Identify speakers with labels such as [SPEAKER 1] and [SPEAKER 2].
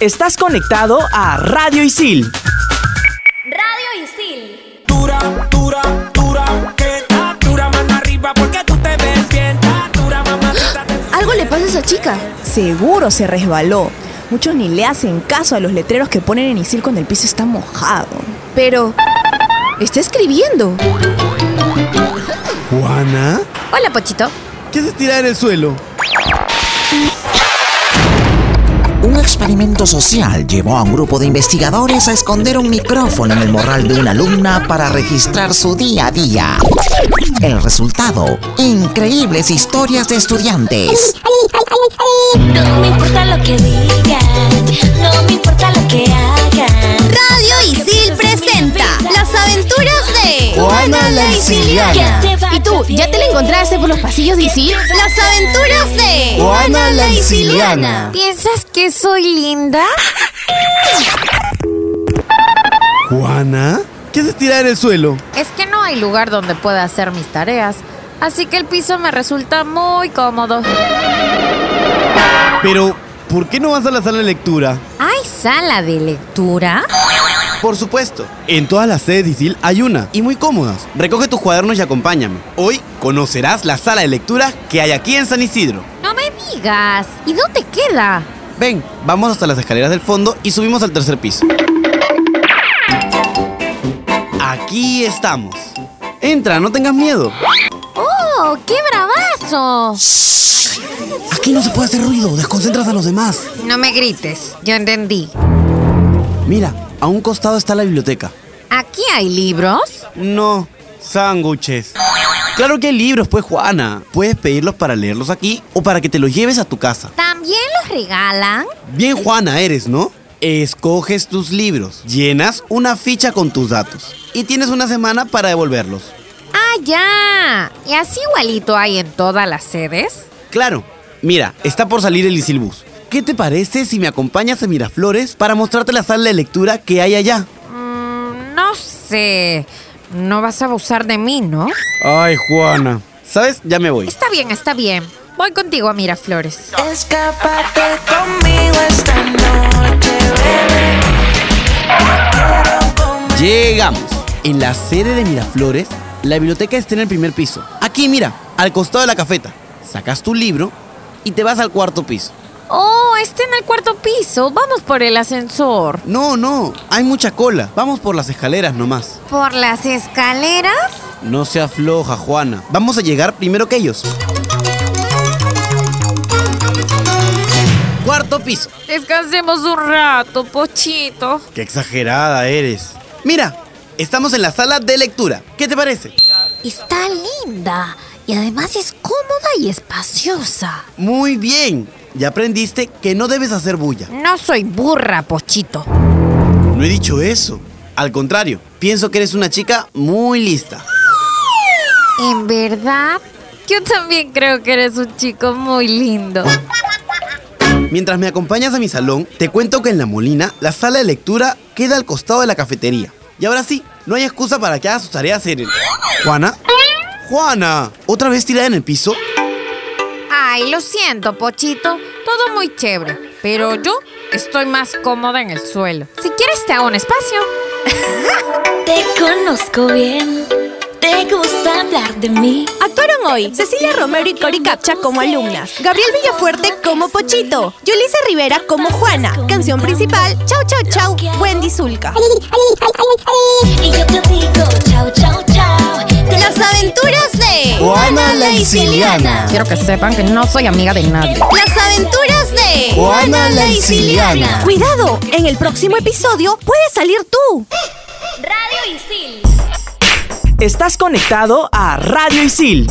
[SPEAKER 1] Estás conectado a Radio Isil.
[SPEAKER 2] Radio Isil.
[SPEAKER 3] Dura, dura, dura, que está dura, mano arriba, porque tú te ves bien, está dura, mamacita, te
[SPEAKER 4] Algo le pasa a esa chica.
[SPEAKER 5] Seguro se resbaló. Muchos ni le hacen caso a los letreros que ponen en Isil cuando el piso está mojado.
[SPEAKER 4] Pero. Está escribiendo.
[SPEAKER 6] ¿Juana?
[SPEAKER 4] Hola, Pochito.
[SPEAKER 6] ¿Qué haces tirada en el suelo?
[SPEAKER 7] Un experimento social llevó a un grupo de investigadores a esconder un micrófono en el morral de una alumna para registrar su día a día. El resultado, increíbles historias de estudiantes.
[SPEAKER 2] No me importa lo que digan, no me importa lo que hagan.
[SPEAKER 4] Radio Isil presenta Las aventuras de
[SPEAKER 6] Juana la Isiliana.
[SPEAKER 2] Que te vaya
[SPEAKER 4] ¿Y tú? ¿Ya te la
[SPEAKER 2] bien.
[SPEAKER 4] encontraste por los pasillos de Isil? Las aventuras de
[SPEAKER 6] Juana la Isiliana.
[SPEAKER 4] ¿Piensas que soy linda?
[SPEAKER 6] ¿Juana? ¿Qué haces tirada en el suelo?
[SPEAKER 8] Es que no hay lugar donde pueda hacer mis tareas, así que el piso me resulta muy cómodo.
[SPEAKER 6] Pero, ¿por qué no vas a la sala de lectura?
[SPEAKER 8] ¿Hay sala de lectura?
[SPEAKER 6] Por supuesto. En todas las sedes de ISIL hay una, y muy cómodas. Recoge tus cuadernos y acompáñame. Hoy conocerás la sala de lectura que hay aquí en San Isidro.
[SPEAKER 8] No me digas. ¿Y dónde queda?
[SPEAKER 6] Ven, vamos hasta las escaleras del fondo y subimos al tercer piso. Aquí estamos. Entra, no tengas miedo.
[SPEAKER 8] ¡Oh, qué bravazo!
[SPEAKER 6] Aquí no se puede hacer ruido, desconcentras a los demás.
[SPEAKER 8] No me grites, yo entendí.
[SPEAKER 6] Mira, a un costado está la biblioteca.
[SPEAKER 8] ¿Aquí hay libros?
[SPEAKER 6] No, sándwiches. Claro que hay libros, pues Juana. Puedes pedirlos para leerlos aquí o para que te los lleves a tu casa.
[SPEAKER 8] ¿También los regalan?
[SPEAKER 6] Bien Juana eres, ¿no? Escoges tus libros, llenas una ficha con tus datos y tienes una semana para devolverlos.
[SPEAKER 8] ¡Ah, ya! ¿Y así igualito hay en todas las sedes?
[SPEAKER 6] Claro, mira, está por salir el Isilbus. ¿Qué te parece si me acompañas a Miraflores para mostrarte la sala de lectura que hay allá?
[SPEAKER 8] Mm, no sé. No vas a abusar de mí, ¿no?
[SPEAKER 6] Ay, Juana. ¿Sabes? Ya me voy.
[SPEAKER 8] Está bien, está bien. Voy contigo a Miraflores.
[SPEAKER 3] Escápate conmigo esta noche, bebé.
[SPEAKER 6] Llegamos. En la sede de Miraflores, la biblioteca está en el primer piso. Aquí, mira, al costado de la cafeta. Sacas tu libro y te vas al cuarto piso.
[SPEAKER 8] Oh, está en el cuarto piso. Vamos por el ascensor.
[SPEAKER 6] No, no, hay mucha cola. Vamos por las escaleras nomás.
[SPEAKER 8] ¿Por las escaleras?
[SPEAKER 6] No se afloja, Juana. Vamos a llegar primero que ellos. Cuarto piso.
[SPEAKER 8] Descansemos un rato, Pochito.
[SPEAKER 6] Qué exagerada eres. Mira, estamos en la sala de lectura. ¿Qué te parece?
[SPEAKER 4] Está linda. Y además es cómoda y espaciosa.
[SPEAKER 6] Muy bien. Ya aprendiste que no debes hacer bulla.
[SPEAKER 8] No soy burra, Pochito.
[SPEAKER 6] No he dicho eso. Al contrario, pienso que eres una chica muy lista.
[SPEAKER 8] En verdad, yo también creo que eres un chico muy lindo.
[SPEAKER 6] Mientras me acompañas a mi salón, te cuento que en La Molina la sala de lectura queda al costado de la cafetería. Y ahora sí, no hay excusa para que hagas sus tareas en el... ¿Juana? ¡Juana! ¿Otra vez tirada en el piso?
[SPEAKER 8] Ay, lo siento, Pochito. Todo muy chévere. Pero yo estoy más cómoda en el suelo. Si quieres, te hago un espacio.
[SPEAKER 2] Te conozco bien, te gusta hablar de mí.
[SPEAKER 5] Actuaron hoy Cecilia Romero y Cori Capcha como alumnas, Gabriel Villafuerte como Pochito, Yulisa Rivera como Juana, canción principal Chau Chau Chau, Wendy Zulka.
[SPEAKER 2] Y yo te digo chao, chao, chao. Te
[SPEAKER 4] Las aventuras de
[SPEAKER 6] Juana la Isiliana.
[SPEAKER 8] Quiero que sepan que no soy amiga de nadie.
[SPEAKER 4] Las aventuras de
[SPEAKER 6] Juana la Isiliana.
[SPEAKER 5] Cuidado, en el próximo episodio puedes salir tú.
[SPEAKER 2] Radio Isil.
[SPEAKER 1] Estás conectado a Radio Isil.